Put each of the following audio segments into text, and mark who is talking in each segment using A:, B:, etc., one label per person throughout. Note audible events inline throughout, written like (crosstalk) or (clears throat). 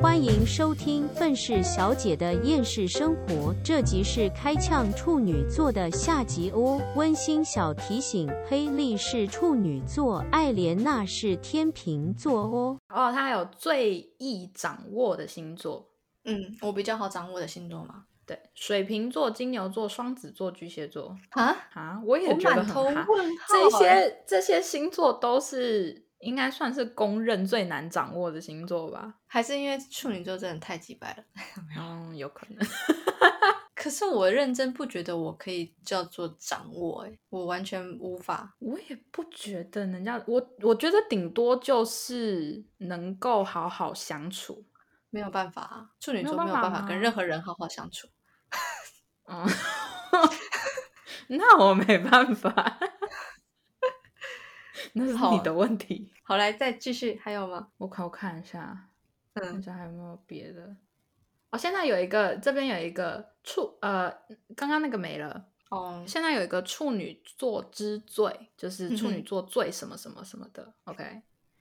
A: 欢迎收听《愤世小姐的厌世生活》，这集是开呛处女座的下集哦。温馨小提醒：黑莉是处女座，艾莲娜是天秤座哦。
B: 哦，他还有最易掌握的星座，
C: 嗯，我比较好掌握的星座嘛。
B: 对，水瓶座、金牛座、双子座、巨蟹座
C: 啊，
B: 啊，我也
C: 我
B: 觉得
C: 满头
B: 很哈。
C: 问号
B: 这
C: 欸
B: 些这些星座都是应该算是公认最难掌握的星座吧？
C: 还是因为处女座真的太鸡掰了。啊
B: 嗯，有可能。 (laughs)
C: 可是我认真不觉得我可以叫做掌握、欸，我完全无法。
B: 我也不觉得人家，我我觉得顶多就是能够好好相处。 (laughs)
C: 没有办法、啊，处女
B: 没有
C: 座
B: 办
C: 没有
B: 法
C: 办法
B: 吗
C: 跟任何人好好相处。
B: 嗯，那我没办法， (laughs) 那是
C: 好
B: 你的问题。
C: 好，来再继续，还有吗？
B: 我看我看一下，看一
C: 嗯，
B: 下还有没有别的。哦，现在有一个，这边有一个处，呃，刚刚那个没了。
C: 哦，
B: 现在有一个处女座之最，就是处女
C: 嗯哼
B: 座最什么什么什么的。OK，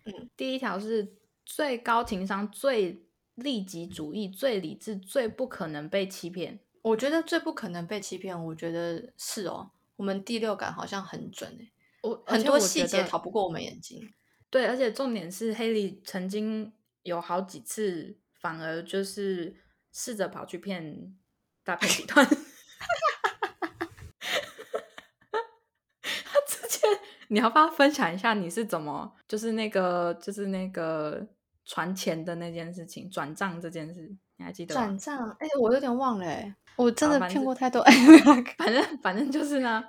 C: 嗯，
B: 第一条是最高情商、最利己主义、最理智、最不可能被欺骗。
C: 我觉得最不可能被欺骗，我觉得是哦，我们第六感好像很准诶、
B: 我
C: 很多细节逃
B: 讨
C: 不过我们眼睛。
B: 对，而且重点是黑莉曾经有好几次，反而就是试着跑去骗大骗集团。 (laughs) 他之前，你要不要分享一下你是怎么，就是那个，就是那个传钱的那件事情，转账这件事，你还记得吗
C: 转？账，哎、我有点忘了、欸，我真
B: 啊好
C: 的
B: 反
C: 骗
B: 正
C: 过太多。哎， (laughs) 没有啦
B: 反正反正就是呢，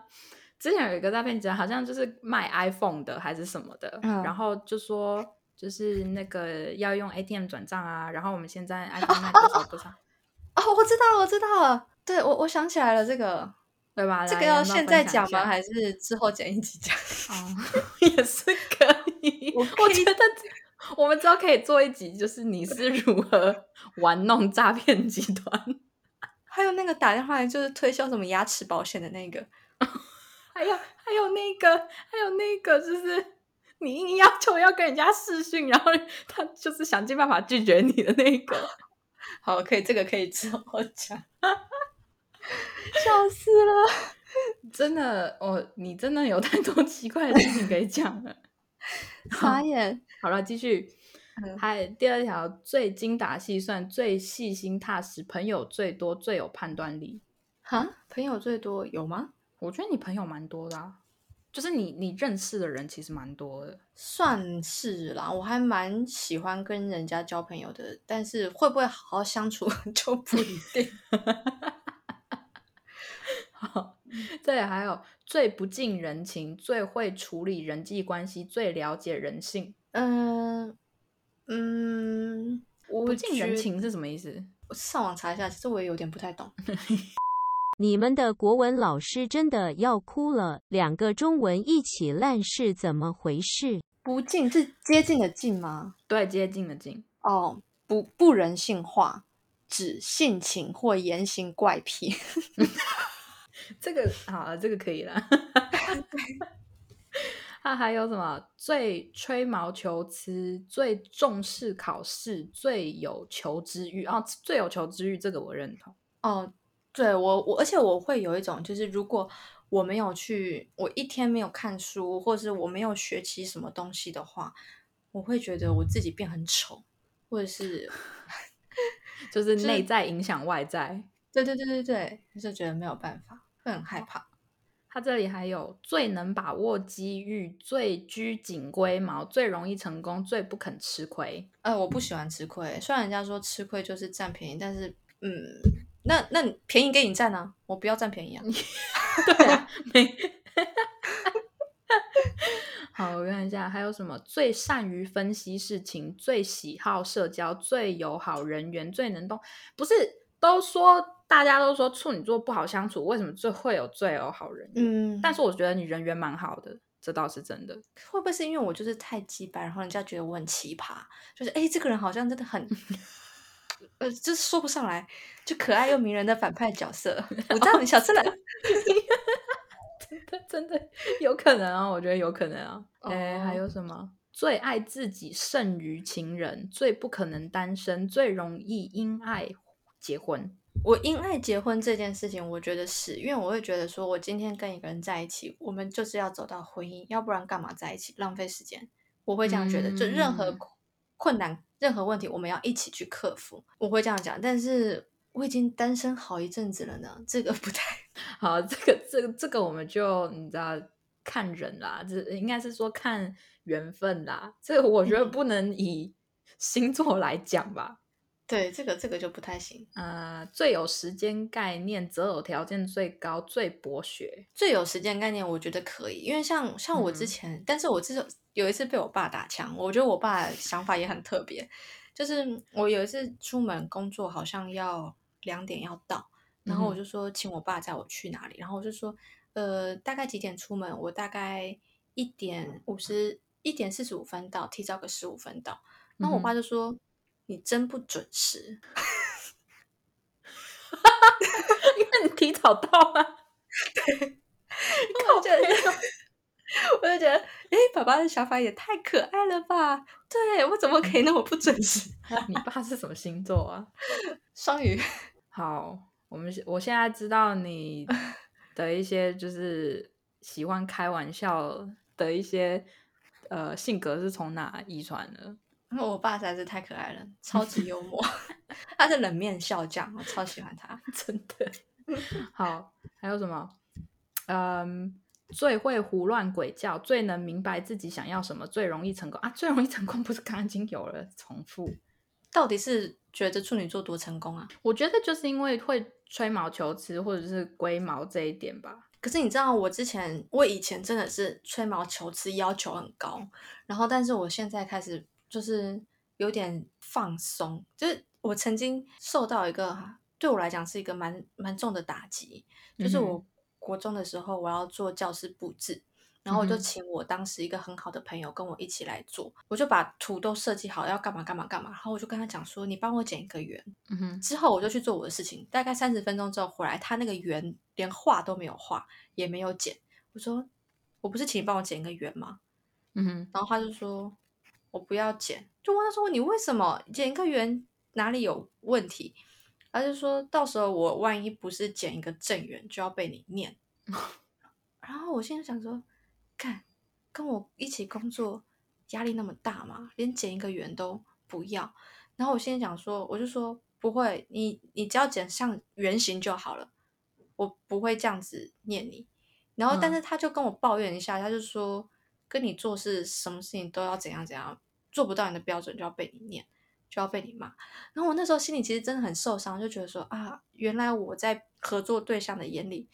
B: 之前有一个诈骗集团，好像就是卖 iPhone 的还是什么的，
C: 嗯
B: 然后就说就是那个要用 ATM 转账啊，然后我们现
C: (laughs)
B: 在 iPhone 卖多少多少，
C: 哦，我知道了，我知道了，对我我想起来了，这个
B: 对吧？
C: 这
B: 来
C: 个
B: 你
C: 要
B: 不
C: 现在
B: 分享
C: 讲
B: 一
C: 吗？
B: 下
C: 还是之后剪一集讲？
B: 哦， (laughs) 也是可以。
C: 我
B: 我
C: 可
B: 觉
C: 以
B: 得我们之后可以做一集，就是你是如何玩弄诈骗集团。
C: (laughs) 还有那个打电话来就是推销什么牙齿保险的那个，
B: 还有还有那个还有那个，就是你硬要求要跟人家视讯，然后他就是想尽办法拒绝你的那一个。
C: 好，可以，这个可以之后讲。笑死了！
B: 真的，哦，你真的有太多 (laughs) 奇怪的事情可以讲了。
C: 傻眼。
B: 好了，继续
C: 嗯。
B: 还有第二条，最精打细算、最细心踏实，朋友最多，最有判断力。
C: 哈，朋友最多有吗？
B: 我觉得你朋友蛮多的、啊，就是你你认识的人其实蛮多的。 (laughs)
C: 算是啦，我还蛮喜欢跟人家交朋友的，但是会不会好好相处 (laughs) 就不
B: (laughs)
C: 一定。
B: 好，这里还有最不近人情、最会处理人际关系、最了解人性。
C: 嗯嗯，我
B: 不近人
C: 觉
B: 情是什么意思？
C: 我上网查一下，其实我也有点不太懂。
A: 你们的国文老师真的要哭了，两个中文一起烂是怎么回事？
C: 不近是接近的近吗？
B: 对，接近的近。
C: 哦，不不人性化，指性情或言行怪癖。 (laughs)
B: 这个好了，这个可以了。 (laughs) 他还有什么最吹毛求疵、最重视考试、最有求知欲哦，最有求知欲这个我认同。
C: 哦，对我我，而且我会有一种，就是如果我没有去，我一天没有看书，或是我没有学习什么东西的话，我会觉得我自己变很丑，或者是，
B: 就是
C: 是
B: 内在影响外在。
C: 对对对对对，就觉得没有办法，会很害怕。
B: 他这里还有最能把握机遇、最拘谨龟毛、最容易成功、最不肯吃亏。
C: 呃，我不喜欢吃亏，虽然人家说吃亏就是占便宜，但是，嗯，那那你便宜给你占啊，我不要占便宜啊。
B: 对啊，没。好，我看一下还有什么最善于分析事情、最喜好社交、最友好人缘、最能动。不是都说大家都说处女座不好相处，为什么最会有最友好人缘？
C: 嗯，
B: 但是我觉得你人缘蛮好的，这倒是真的。
C: 会不会是因为我就是太鸡掰，然后人家觉得我很奇葩，就是哎，诶这个人好像真的很，呃，就是说不上来，就可爱又迷人的反派角色。我知道你小吃了，
B: 真的有可能啊，我觉得有可能啊。
C: 哦
B: 哎、还有什么最爱自己胜于情人，最不可能单身，最容易因爱结婚。
C: 我因爱结婚这件事情，我觉得是因为我会觉得说，我今天跟一个人在一起，我们就是要走到婚姻，要不然干嘛在一起浪费时间？我会这样觉得，就任何
B: 嗯
C: 困难、任何问题，我们要一起去克服。我会这样讲，但是我已经单身好一阵子了呢，这个不太
B: 好，这个这个这个我们就你知道看人啦，这应该是说看缘分啦。这个我觉得
C: 嗯
B: 不能以星座来讲吧。
C: 对，这个这个就不太行。
B: 呃，最有时间概念，择偶条件最高，最博学。
C: 最有时间概念，我觉得可以，因为像像我之
B: 嗯
C: 前，但是我之前有一次被我爸打枪，我觉得我爸想法也很特别，就是我有一次出门工作，好像要两点要到，然后
B: 嗯
C: 我
B: 哼
C: 就说请我爸载我去哪里，然后我就说呃大概几点出门，我大概一点五十一点四十五分到，提早个十五分到，然后我
B: 嗯
C: 爸就说、你真不准时，
B: 哼，因 (laughs) 为你提早到啊。
C: (laughs) 我就觉得， (laughs) 我就觉得，哎、爸爸的想法也太可爱了吧？对我怎么可以那么不准时？ (laughs)
B: 你爸是什么星座啊？
C: 双鱼，
B: 好，我们我现在知道你
C: (laughs)
B: 的一些就是喜欢开玩笑的一些呃性格是从哪遗传的。
C: 我爸实在是太可爱了，超级幽默， (laughs) 他是冷面笑匠，我超喜欢 (laughs) 他。
B: 真的。好，还有什么？嗯，最会胡乱鬼叫，最能明白自己想要什么，最容易成功啊！最容易成功不是刚刚已经有了重复？
C: 到底是觉得处女座多成功啊？
B: 我觉得就是因为会吹毛求疵或者是龟毛这一点吧。
C: 可是你知道，我之前我以前真的是吹毛求疵，要求很高，然后但是我现在开始就是有点放松，就是我曾经受到一个对我来讲是一个蛮蛮重的打击，就是
B: 嗯
C: 我国中的时候我要做教室布置。然后我就
B: 嗯哼
C: 请我当时一个很好的朋友跟我一起来做，我就把图都设计好要干嘛干嘛干嘛，然后我就跟他讲说，你帮我剪一个圆，
B: 嗯哼，
C: 之后我就去做我的事情，大概三十分钟之后回来，他那个圆连画都没有画，也没有剪。我说：“我不是请你帮我剪一个圆吗
B: 嗯哼？”，
C: 然后他就说：“我不要剪。”就问他说：“你为什么剪一个圆哪里有问题？”他就说到时候我万一不是剪一个正圆，就要被你念。然后我现在想说，看跟我一起工作压力那么大嘛，连剪一个圆都不要。然后我现在想说，我就说不会，你你只要剪上圆形就好了，我不会这样子念你。然后，但
B: 嗯
C: 是他就跟我抱怨一下，他就说跟你做事什么事情都要怎样怎样，做不到你的标准就要被你念，就要被你骂。然后我那时候心里其实真的很受伤，就觉得说啊，原来我在合作对象的眼里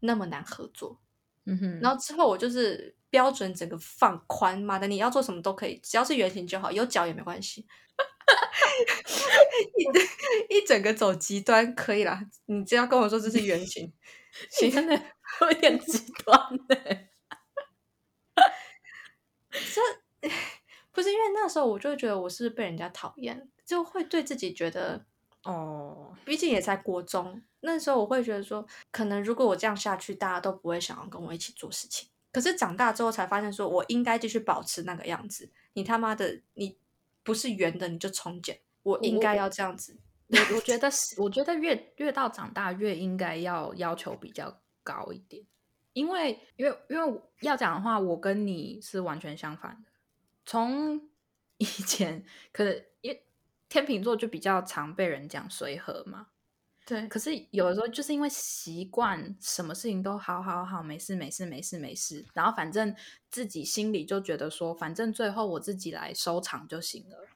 C: 那么难合作。
B: 嗯哼，
C: 然后之后我就是标准整个放宽，妈的，你要做什么都可以，只要是圆形就好，有角也没关系。 (laughs) 一一整个走极端可以啦，你只要跟我说这是圆形， (laughs)
B: 你真的有点极端呢、
C: 不是因为那时候我就会觉得我是不是被人家讨厌，就会对自己觉得
B: (laughs) 哦，
C: 毕竟也才国中，那时候我会觉得说，可能如果我这样下去，大家都不会想要跟我一起做事情。可是长大之后才发现，说我应该继续保持那个样子。你他妈的，你不是圆的你就重剪，我应该要这样子。
B: 我我觉得是，我觉得越越到长大越应该要要求比较高一点，因为因为因为要讲的话，我跟你是完全相反的。从以前可能因为天秤座就比较常被人讲随和嘛，
C: 对，
B: 可是有的时候就是因为习惯，什么事情都好好好，没事没事没事没事，然后反正自己心里就觉得说，反正最后我自己来收场就行了。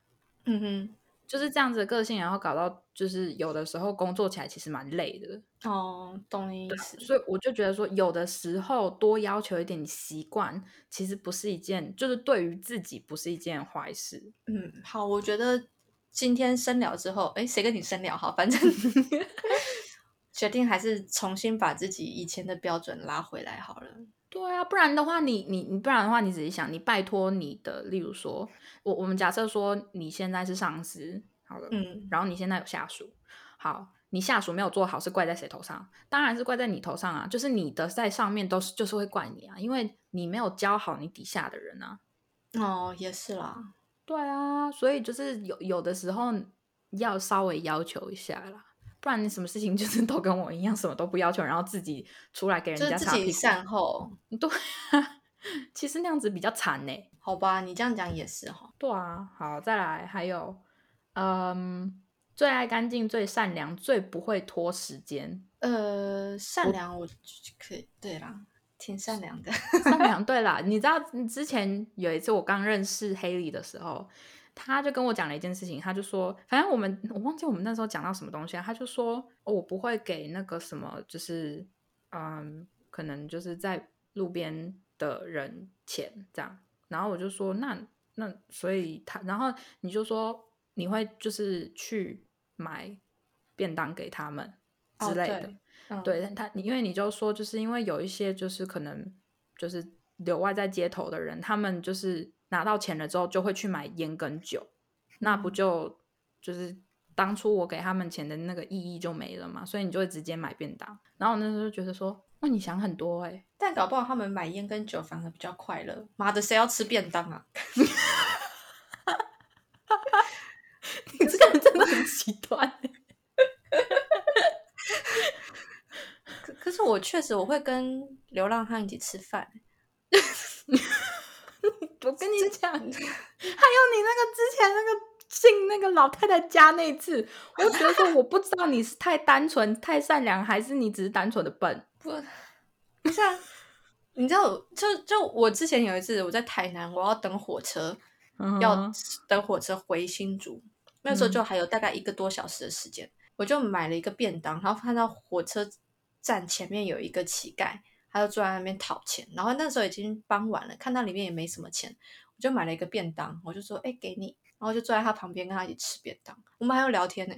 C: 嗯哼，
B: 就是这样子的个性，然后搞到就是有的时候工作起来其实蛮累的，
C: 哦，懂你意思。
B: 所以我就觉得说，有的时候多要求一点你习惯，其实不是一件，就是对于自己不是一件坏事。
C: 嗯，好，我觉得今天深聊之后，哎，谁跟你深聊？好，
B: (laughs)
C: 反正 (laughs) 决定还是重新把自己以前的标准拉回来好了。
B: 对啊，不然的话你，你你不然的话，你仔细想，你拜托你的，例如说，我我们假设说你现在是上司，好了，
C: 嗯，
B: 然后你现在有下属，好，你下属没有做好是怪在谁头上？当然是怪在你头上啊，就是你的在上面都是就是会怪你啊，因为你没有教好你底下的人啊。
C: 哦，也是啦，
B: 对啊，所以就是有有的时候要稍微要求一下啦，不然你什么事情就是都跟我一样，什么都不要求，然后自己出来给人
C: 就
B: 家
C: 是自
B: 擦屁
C: 己
B: 股。
C: 善后，
B: 对啊， (laughs) 其实那样子比较惨呢、
C: 好吧？你这样讲也是哈。
B: 对啊，好，再来，还有，嗯，最爱干净、最善良、最不会拖时间。
C: 呃，善良我可以，对啦，挺善良 (laughs) 的。
B: 善良，对啦，你知道之前有一次我刚认识黑莉的时候，他就跟我讲了一件事情，他就说，反正我们我忘记我们那时候讲到什么东西啊，他就说、哦、我不会给那个什么，就是嗯，可能就是在路边的人钱这样，然后我就说那那所以他，然后你就说你会就是去买便当给他们
C: 哦
B: 之类
C: 对
B: 的，
C: 嗯，
B: 对，但他你因为你就说，就是因为有一些就是可能就是流外在街头的人，他们就是拿到钱了之后就会去买烟跟酒，那不就就是当初我给他们钱的那个意义就没了嘛？所以你就会直接买便当。然后我那时候就觉得说，哇，你想很多哎、
C: 但搞不好他们买烟跟酒反而比较快乐。妈的，谁要吃便当啊？
B: 你 (laughs) 这个人真的很极端欸、
C: 可可是我确实我会跟流浪汉一起吃饭，
B: (laughs) 我跟你讲， (laughs) 还有你那个之前那个进那个老太太家那一次，我就觉得说我不知道你是太单纯、太善良，还是你只是单纯的笨。
C: 不是啊？你知道，就就我之前有一次我在台南，我要等火车，要
B: (laughs) 嗯
C: 等火车回新竹，那时候
B: 嗯
C: 就还有大概一个多小时的时间，我就买了一个便当，然后看到火车站前面有一个乞丐，他就坐在那边讨钱，然后那时候已经傍晚了，看到里面也没什么钱，我就买了一个便当，我就说：“哎、给你。”然后就坐在他旁边跟他一起吃便当，我们还有聊天呢、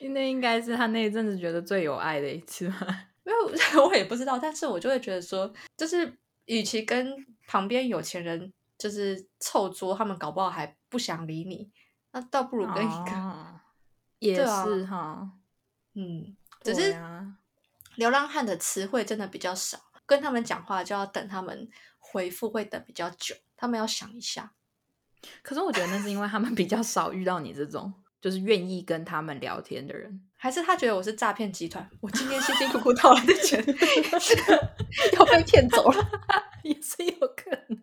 B: 那应该是他那一阵子觉得最有爱的一次 (laughs) 吧。
C: 因为我 (laughs) 我也不知道，但是我就会觉得说，就是与其跟旁边有钱人就是凑桌，他们搞不好还不想理你，那倒不如跟一
B: (laughs)
C: 个、
B: 哦也
C: 对啊
B: 是哈、
C: 嗯，只
B: 对
C: 是
B: 啊，
C: 流浪汉的词汇真的比较少，跟他们讲话就要等他们回复，会等比较久，他们要想一下。
B: 可是我觉得那是因为他们比较少遇到你这种就是愿意跟他们聊天的人。 (laughs)
C: 还是他觉得我是诈骗集团，我今天辛辛苦苦讨来的钱 (laughs) 要被骗走了。
B: 也是有可能。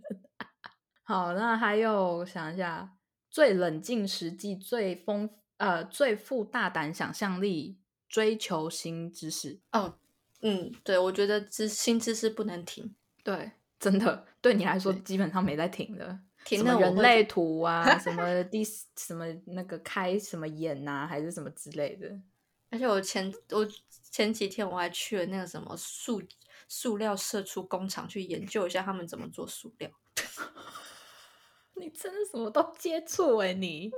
B: 好，那还有我想一下，最冷静、实际、最丰呃最富大胆想象力、追求新知识，
C: 哦，嗯，对，我觉得知新知识不能停，
B: 对，真的对你来说
C: 对
B: 基本上没在停的。
C: 停
B: 什
C: 了
B: 么
C: 我
B: 人
C: 会
B: 类图啊，什 (laughs) 么第什么那个开什么眼呐、还是什么之类的。
C: 而且我前我前几天我还去了那个什么塑塑料射出工厂去研究一下他们怎么做塑料。
B: 你真的什么都接触哎、你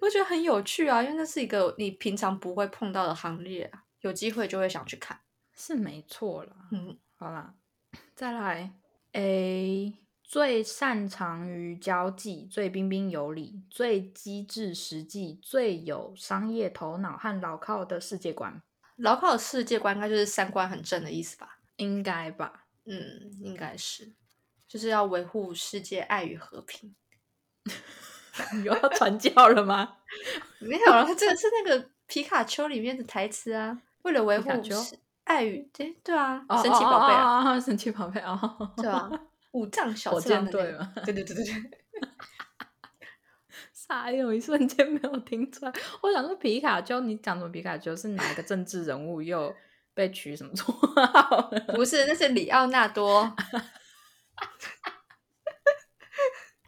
C: 我觉得很有趣啊，因为那是一个你平常不会碰到的行业啊，有机会就会想去看。
B: 是没错啦。
C: 嗯，
B: 好啦，再来诶，最擅长于交际，最彬彬有礼，最机智实际，最有商业头脑和牢靠的世界观，
C: 牢靠的世界观应该就是三观很正的意思吧？
B: 应该吧？ (laughs)
C: 嗯，应该是，就是要维护世界爱与和平。
B: 有要传教了吗？
C: 没有啊， (laughs) 这个是那个皮卡丘里面的台词啊，为了维
B: 皮卡
C: 护
B: 丘
C: 世爱与对对啊，
B: (laughs) 哦
C: 神奇宝贝
B: 哦，
C: 啊，
B: 哦 (laughs) 哦哦神奇宝贝哦，
C: 对啊，五藏小
B: 火
C: 次郎
B: 箭
C: 的那
B: 队啊
C: 个。
B: 嘛，
C: 对对对对对。
B: (laughs) 啥？有一瞬间没有听出来，我想说皮卡丘，你讲什么皮卡丘？是哪一个政治人物又被取什么绰号了？
C: 不是，那是里奥纳多。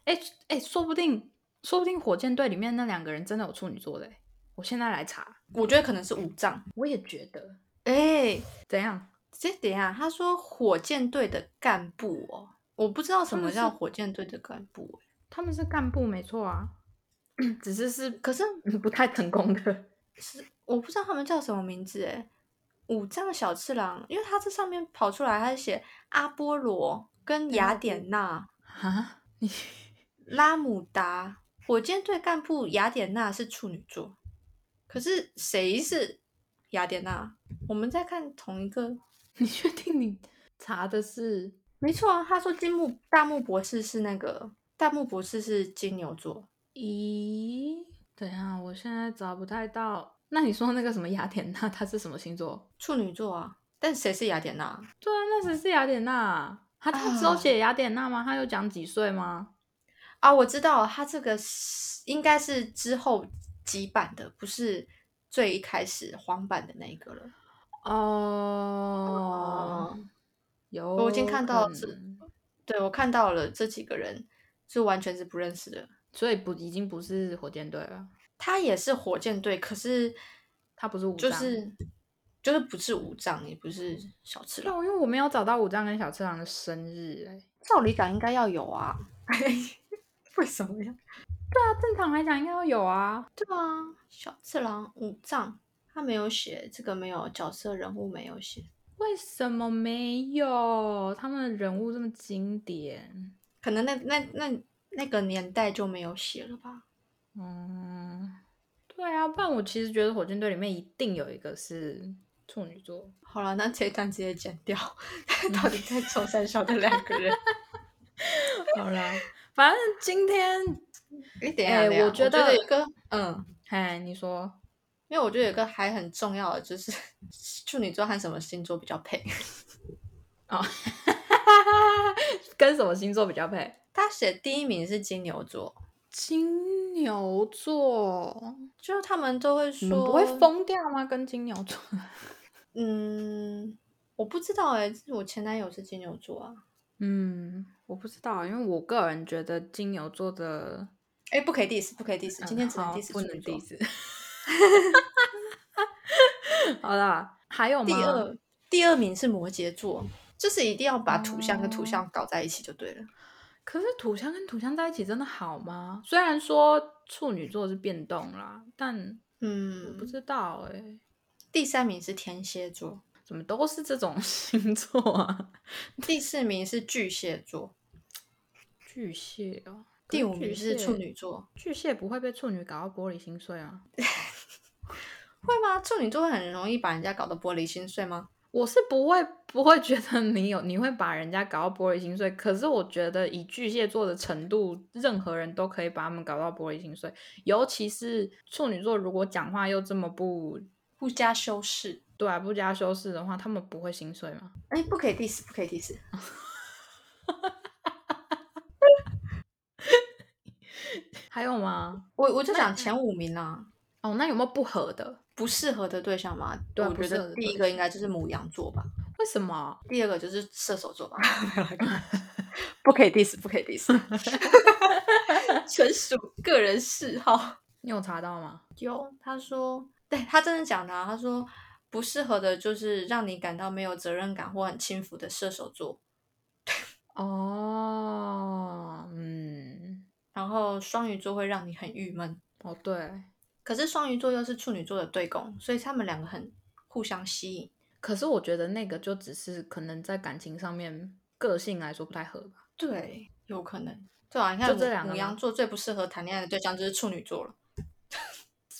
B: 哎哎、诶说不定，说不定火箭队里面那两个人真的有处女座的诶。我现在来查，
C: 我觉得可能是五藏。
B: 我也觉得
C: 哎、
B: 怎样？
C: 这等一下，他说火箭队的干部哦，我不知道什么
B: 他
C: 叫
B: 们是
C: 火箭队的干部欸。
B: 他们是干部没错啊， (clears throat) 只是是
C: 可是
B: 嗯不太成功的。
C: 我不知道他们叫什么名字哎。五藏小次郎，因为他这上面跑出来，他写阿波罗跟雅典娜、
B: 啊，你
C: 拉姆达火箭队干部雅典娜是处女座，可是谁是雅典娜？我们在看同一个
B: 你确定你查的是
C: 没错啊，他说金木大木博士是那个大木博士是金牛座，
B: 咦，等一下，我现在找不太到。那你说那个什么雅典娜，她是什么星座？
C: 处女座啊。但谁是雅典娜？
B: 对啊，那谁是雅典娜？她她只有
C: 啊
B: 写雅典娜吗？她有讲几岁吗？
C: 啊，我知道了他这个是应该是之后几版的，不是最一开始黄版的那一个了。
B: 哦，有，
C: 我已经看到是
B: 能
C: 对，我看到了这几个人是完全是不认识的。
B: 所以不已经不是火箭队了，
C: 他也是火箭队，可是
B: 他不是武
C: 就
B: 藏
C: 是就是不是武藏，也不是小次
B: 对啊，
C: 郎，
B: 因为我没有找到武藏跟小次郎的生日、欸，
C: 照理讲应该要有 (laughs) 啊。为什么呀？
B: 对啊，正常来讲应该要有啊。
C: 对啊，小次郎、武藏，他没有写这个，没有角色人物没有写，
B: 为什么没有？他们的人物这么经典，
C: 可能那那那那个年代就没有写了吧？
B: 嗯，对啊，不然我其实觉得火箭队里面一定有一个是处女座。
C: 好了，那这一段直接剪掉，
B: 嗯
C: 到底在冲三小的两
B: (laughs)
C: 个人？
B: 好啦，反正今天，
C: 哎，等一
B: 哎
C: 下，等一下
B: 我
C: 我
B: 觉
C: 得
B: 得
C: 有一个嗯。
B: 哎，你说
C: 因为我觉得有一个还很重要的就是 (laughs) 处女座和什么星座比较配？ (laughs)
B: 哦， (laughs) 跟什么星座比较配？
C: 他写第一名是金牛座，
B: 金牛座，
C: 就是他们都会
B: 你
C: 说
B: 们不会，疯掉吗？跟金牛座？ (laughs)
C: 嗯，我不知道哎、我前男友是金牛座啊，
B: 嗯，我不知道，因为我个人觉得金牛座的，
C: 哎、不可以 diss，不可以 diss，、今天只能
B: 嗯好
C: diss
B: 不
C: 处
B: 能
C: 女座。
B: (laughs) diss。好啦，还有吗？
C: 第二，第二名是摩羯座，就是一定要把土象跟土
B: 哦
C: 象搞在一起就对了。
B: 可是土象跟土象在一起真的好吗？虽然说处女座是变动啦，但我不
C: 嗯，
B: 知道哎、
C: 第三名是天蝎座，
B: 怎么都是这种 (laughs) 星座啊？
C: 第四名是巨蟹座，
B: 巨蟹哦，可
C: 第
B: 是
C: 五
B: 巨
C: 名是处
B: 蟹，
C: 女座。
B: 巨蟹不会被处女搞到玻璃心碎啊？
C: 会吗？处女座会很容易把人家搞得玻璃心碎吗？
B: 我是不会不会觉得你有你会把人家搞到玻璃心碎，可是我觉得以巨蟹座的程度，任何人都可以把他们搞到玻璃心碎，尤其是处女座，如果讲话又这么不
C: 不加修饰。
B: 对啊不加修饰的话，他们不会心碎吗？
C: 哎，不可以 diss，不可以 diss。
B: 还有吗？
C: 我我就讲前五名啊，
B: 哦，那有没有不合的？
C: 不适合的对象嘛，
B: 对啊
C: 我
B: 不
C: 觉
B: 适合的
C: 得第一
B: 对
C: 个应该就是母羊座吧，
B: 为什么？
C: 第二个就是射手 (laughs) 座吧。没有啦开玩笑不可以 diss，不可以 (laughs) diss，纯属个人嗜好。
B: 你有查到吗？
C: 有，他说，对他真的讲的、啊，他说不适合的就是让你感到没有责任感或很轻浮的射手座，
B: 哦，嗯，
C: 然后双鱼座会让你很郁闷，
B: 哦对，
C: 可是双鱼座又是处女座的对攻，所以他们两个很互相吸引。
B: 可是我觉得那个就只是可能在感情上面个性来说不太合吧。
C: 对，有可能。对啊，你看
B: 就
C: 母
B: 这两个吗
C: 母羊座最不适合谈恋爱的对象就是处女座了。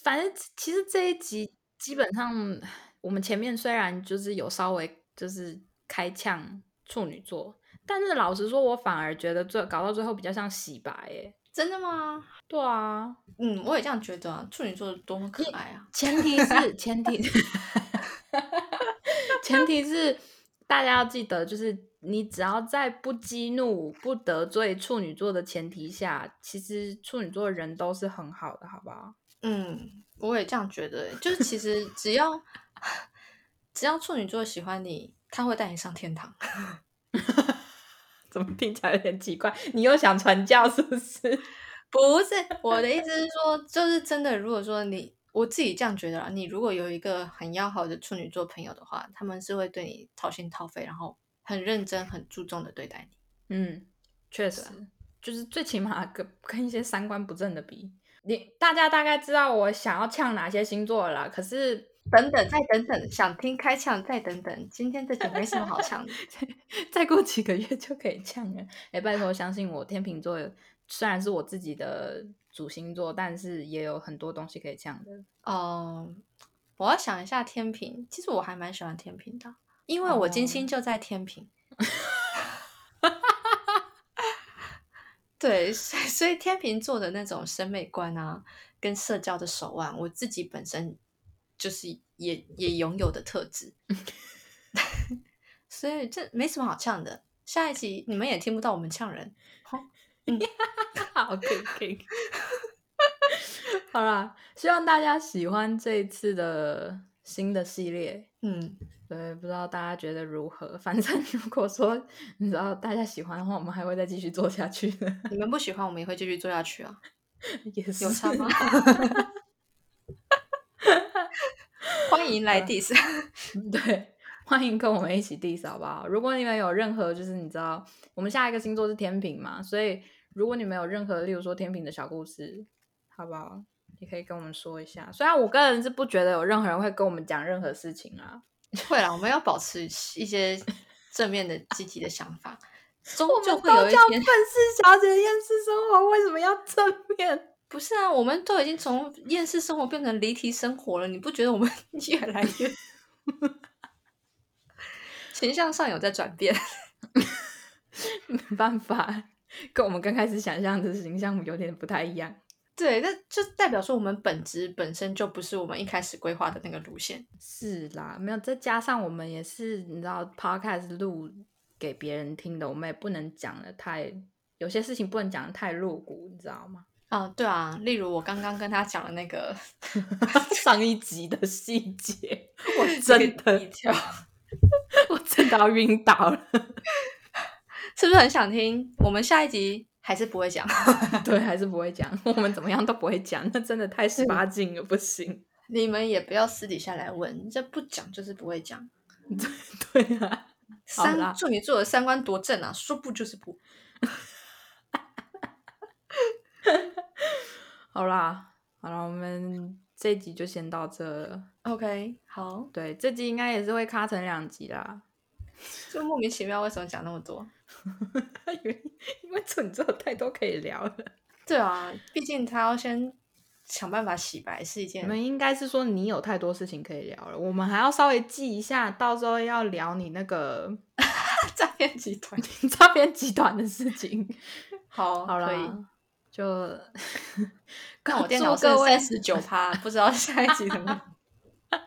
B: 反正其其实这一集基本上，我们前面虽然就是有稍微就是开呛处女座，但是老实说，我反而觉得最搞到最后比较像洗白耶。
C: 真的吗？
B: 对啊，
C: 嗯，我也这样觉得啊。处女座多么可
B: 你
C: 爱啊！
B: 前提是前提，前提是大家要记得，就是你只要在不激怒、不得罪处女座的前提下，其实处女座的人都是很好的，好不好？ (laughs)
C: 嗯，我也这样觉得欸。就是其实只要 (laughs) 只要处女座喜欢你，他会带你上天堂。
B: 怎么听起来有点奇怪？你又想传教是不是？ (laughs)
C: (laughs) 不是我的意思是说，就是真的，如果说你我自己这样觉得啦，你如果有一个很要好的处女座朋友的话，他们是会对你掏心掏肺，然后很认真、很注重的对待你。
B: 嗯，确实，就是最起码跟跟一些三观不正的比，你大家大概知道我想要呛哪些星座了啦。可是
C: 等等，再等等，想听开枪，再等等。今天这集没什么好唱的。
B: 再过几个月就可以呛了。哎，拜托，相信我，天秤座有虽然是我自己的主星座，但是也有很多东西可以呛的。
C: 哦、我要想一下天平，其实我还蛮喜欢天平的，因为我金星就在天平。 (laughs) 对，所以所以天秤座的那种审美观啊，跟社交的手腕，我自己本身就是也也拥有的特质，所以这没什么好呛的。下一集你们也听不到我们呛人，
B: (laughs) 好，可以可以。 (laughs) 好啦，希望大家喜欢这一次的新的系列。
C: 嗯，
B: 对，不知道大家觉得如何？ (laughs) 反正如果说你知道大家喜欢的话，我们还会再继续做下去的。 (laughs)
C: 你们不喜欢我们也会继续做下去啊，
B: 也是
C: 有差 (laughs) 吗？欢迎来 diss，
B: (laughs) 对，欢迎跟我们一起 diss 好不好？如果你们有任何就是你知道，我们下一个星座是天平嘛，所以如果你们有任何，例如说天平的小故事，好不好？也可以跟我们说一下。虽然我个人是不觉得有任何人会跟我们讲任何事情啊，
C: 会啦，我们要保持一些正面的、积极的想法，终
B: 我
C: 究
B: 们
C: 会有
B: 都
C: 一
B: 叫
C: 天
B: 愤。世小姐的厌世生活，为什么要正面？ (laughs)
C: 不是啊，我们都已经从厌世生活变成离题生活了，你不觉得我们 (laughs) 越来 (laughs) 越形象上有在转变？
B: 没办法，跟我们刚开始想象的形象有点不太一样。
C: (laughs) 对，那就代表说我们本质本身就不是我们一开始规划的那个路线。
B: 是啦，没有，再加上我们也是你知道，podcast 录给别人听的，我们也不能讲的太，有些事情不能讲的太露骨，你知道吗？ (laughs)
C: 啊，对啊，例如我刚刚跟他讲的那 (laughs) 个
B: 上一集的细 (laughs) 节，我真
C: 那个
B: 的
C: 低，调，
B: (laughs) 我真的要晕倒了。 (laughs)
C: 是不是很想听？我们下一集还是不会讲， (laughs)
B: 对，还是不会讲，我们怎么样都不会讲，那真的太十八禁了，不行。 (laughs)
C: 你们也不要私底下来问，这不讲就是不会讲。
B: 对啊，好啦
C: 三处女座的三观多正啊，说不就是不。
B: 好啦，好啦，我们这集就先到这了。
C: OK，好，
B: 对，这集应该也是会卡成两集啦。
C: 就莫名其妙为什么讲那么多？
B: (laughs) 因为因为蠢之后太多可以聊了。
C: 对啊，毕竟他要先想办法洗白是一
B: 你
C: 件，
B: 们应该是说你有太多事情可以聊了，我们还要稍微记一下，到时候要聊你那个 (laughs)
C: 诈骗集团。
B: 诈骗集团的事情。
C: 好，
B: 好
C: 可
B: 啦 (laughs)
C: 以。，
B: 就
C: 看我电
B: 祝
C: 脑剩
B: 各位
C: 三十九趴，不知道下一集怎么
B: (laughs)
C: 样。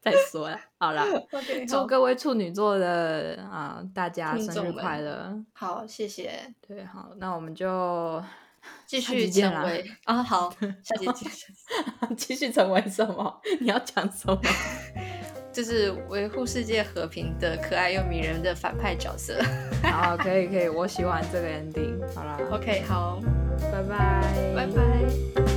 B: 再说了。好 (laughs) 啦，
C: OK，
B: 祝
C: 好
B: 各位处女座的啊、大家
C: 听
B: 生
C: 众
B: 日
C: 们
B: 快乐。
C: 好，谢谢，
B: 对，好，那我们就
C: 继
B: 下集
C: 续
B: 见
C: 成
B: 啦
C: 为啊，好，下集见，下
B: (laughs)
C: 集
B: 继续成为什么？你要讲什么？
C: 就是维护世界和平的可爱又迷人的反派角色。
B: (laughs) 好，可以可以，我喜欢这个 ending。好啦，
C: OK，好，
B: 拜拜，
C: 拜拜。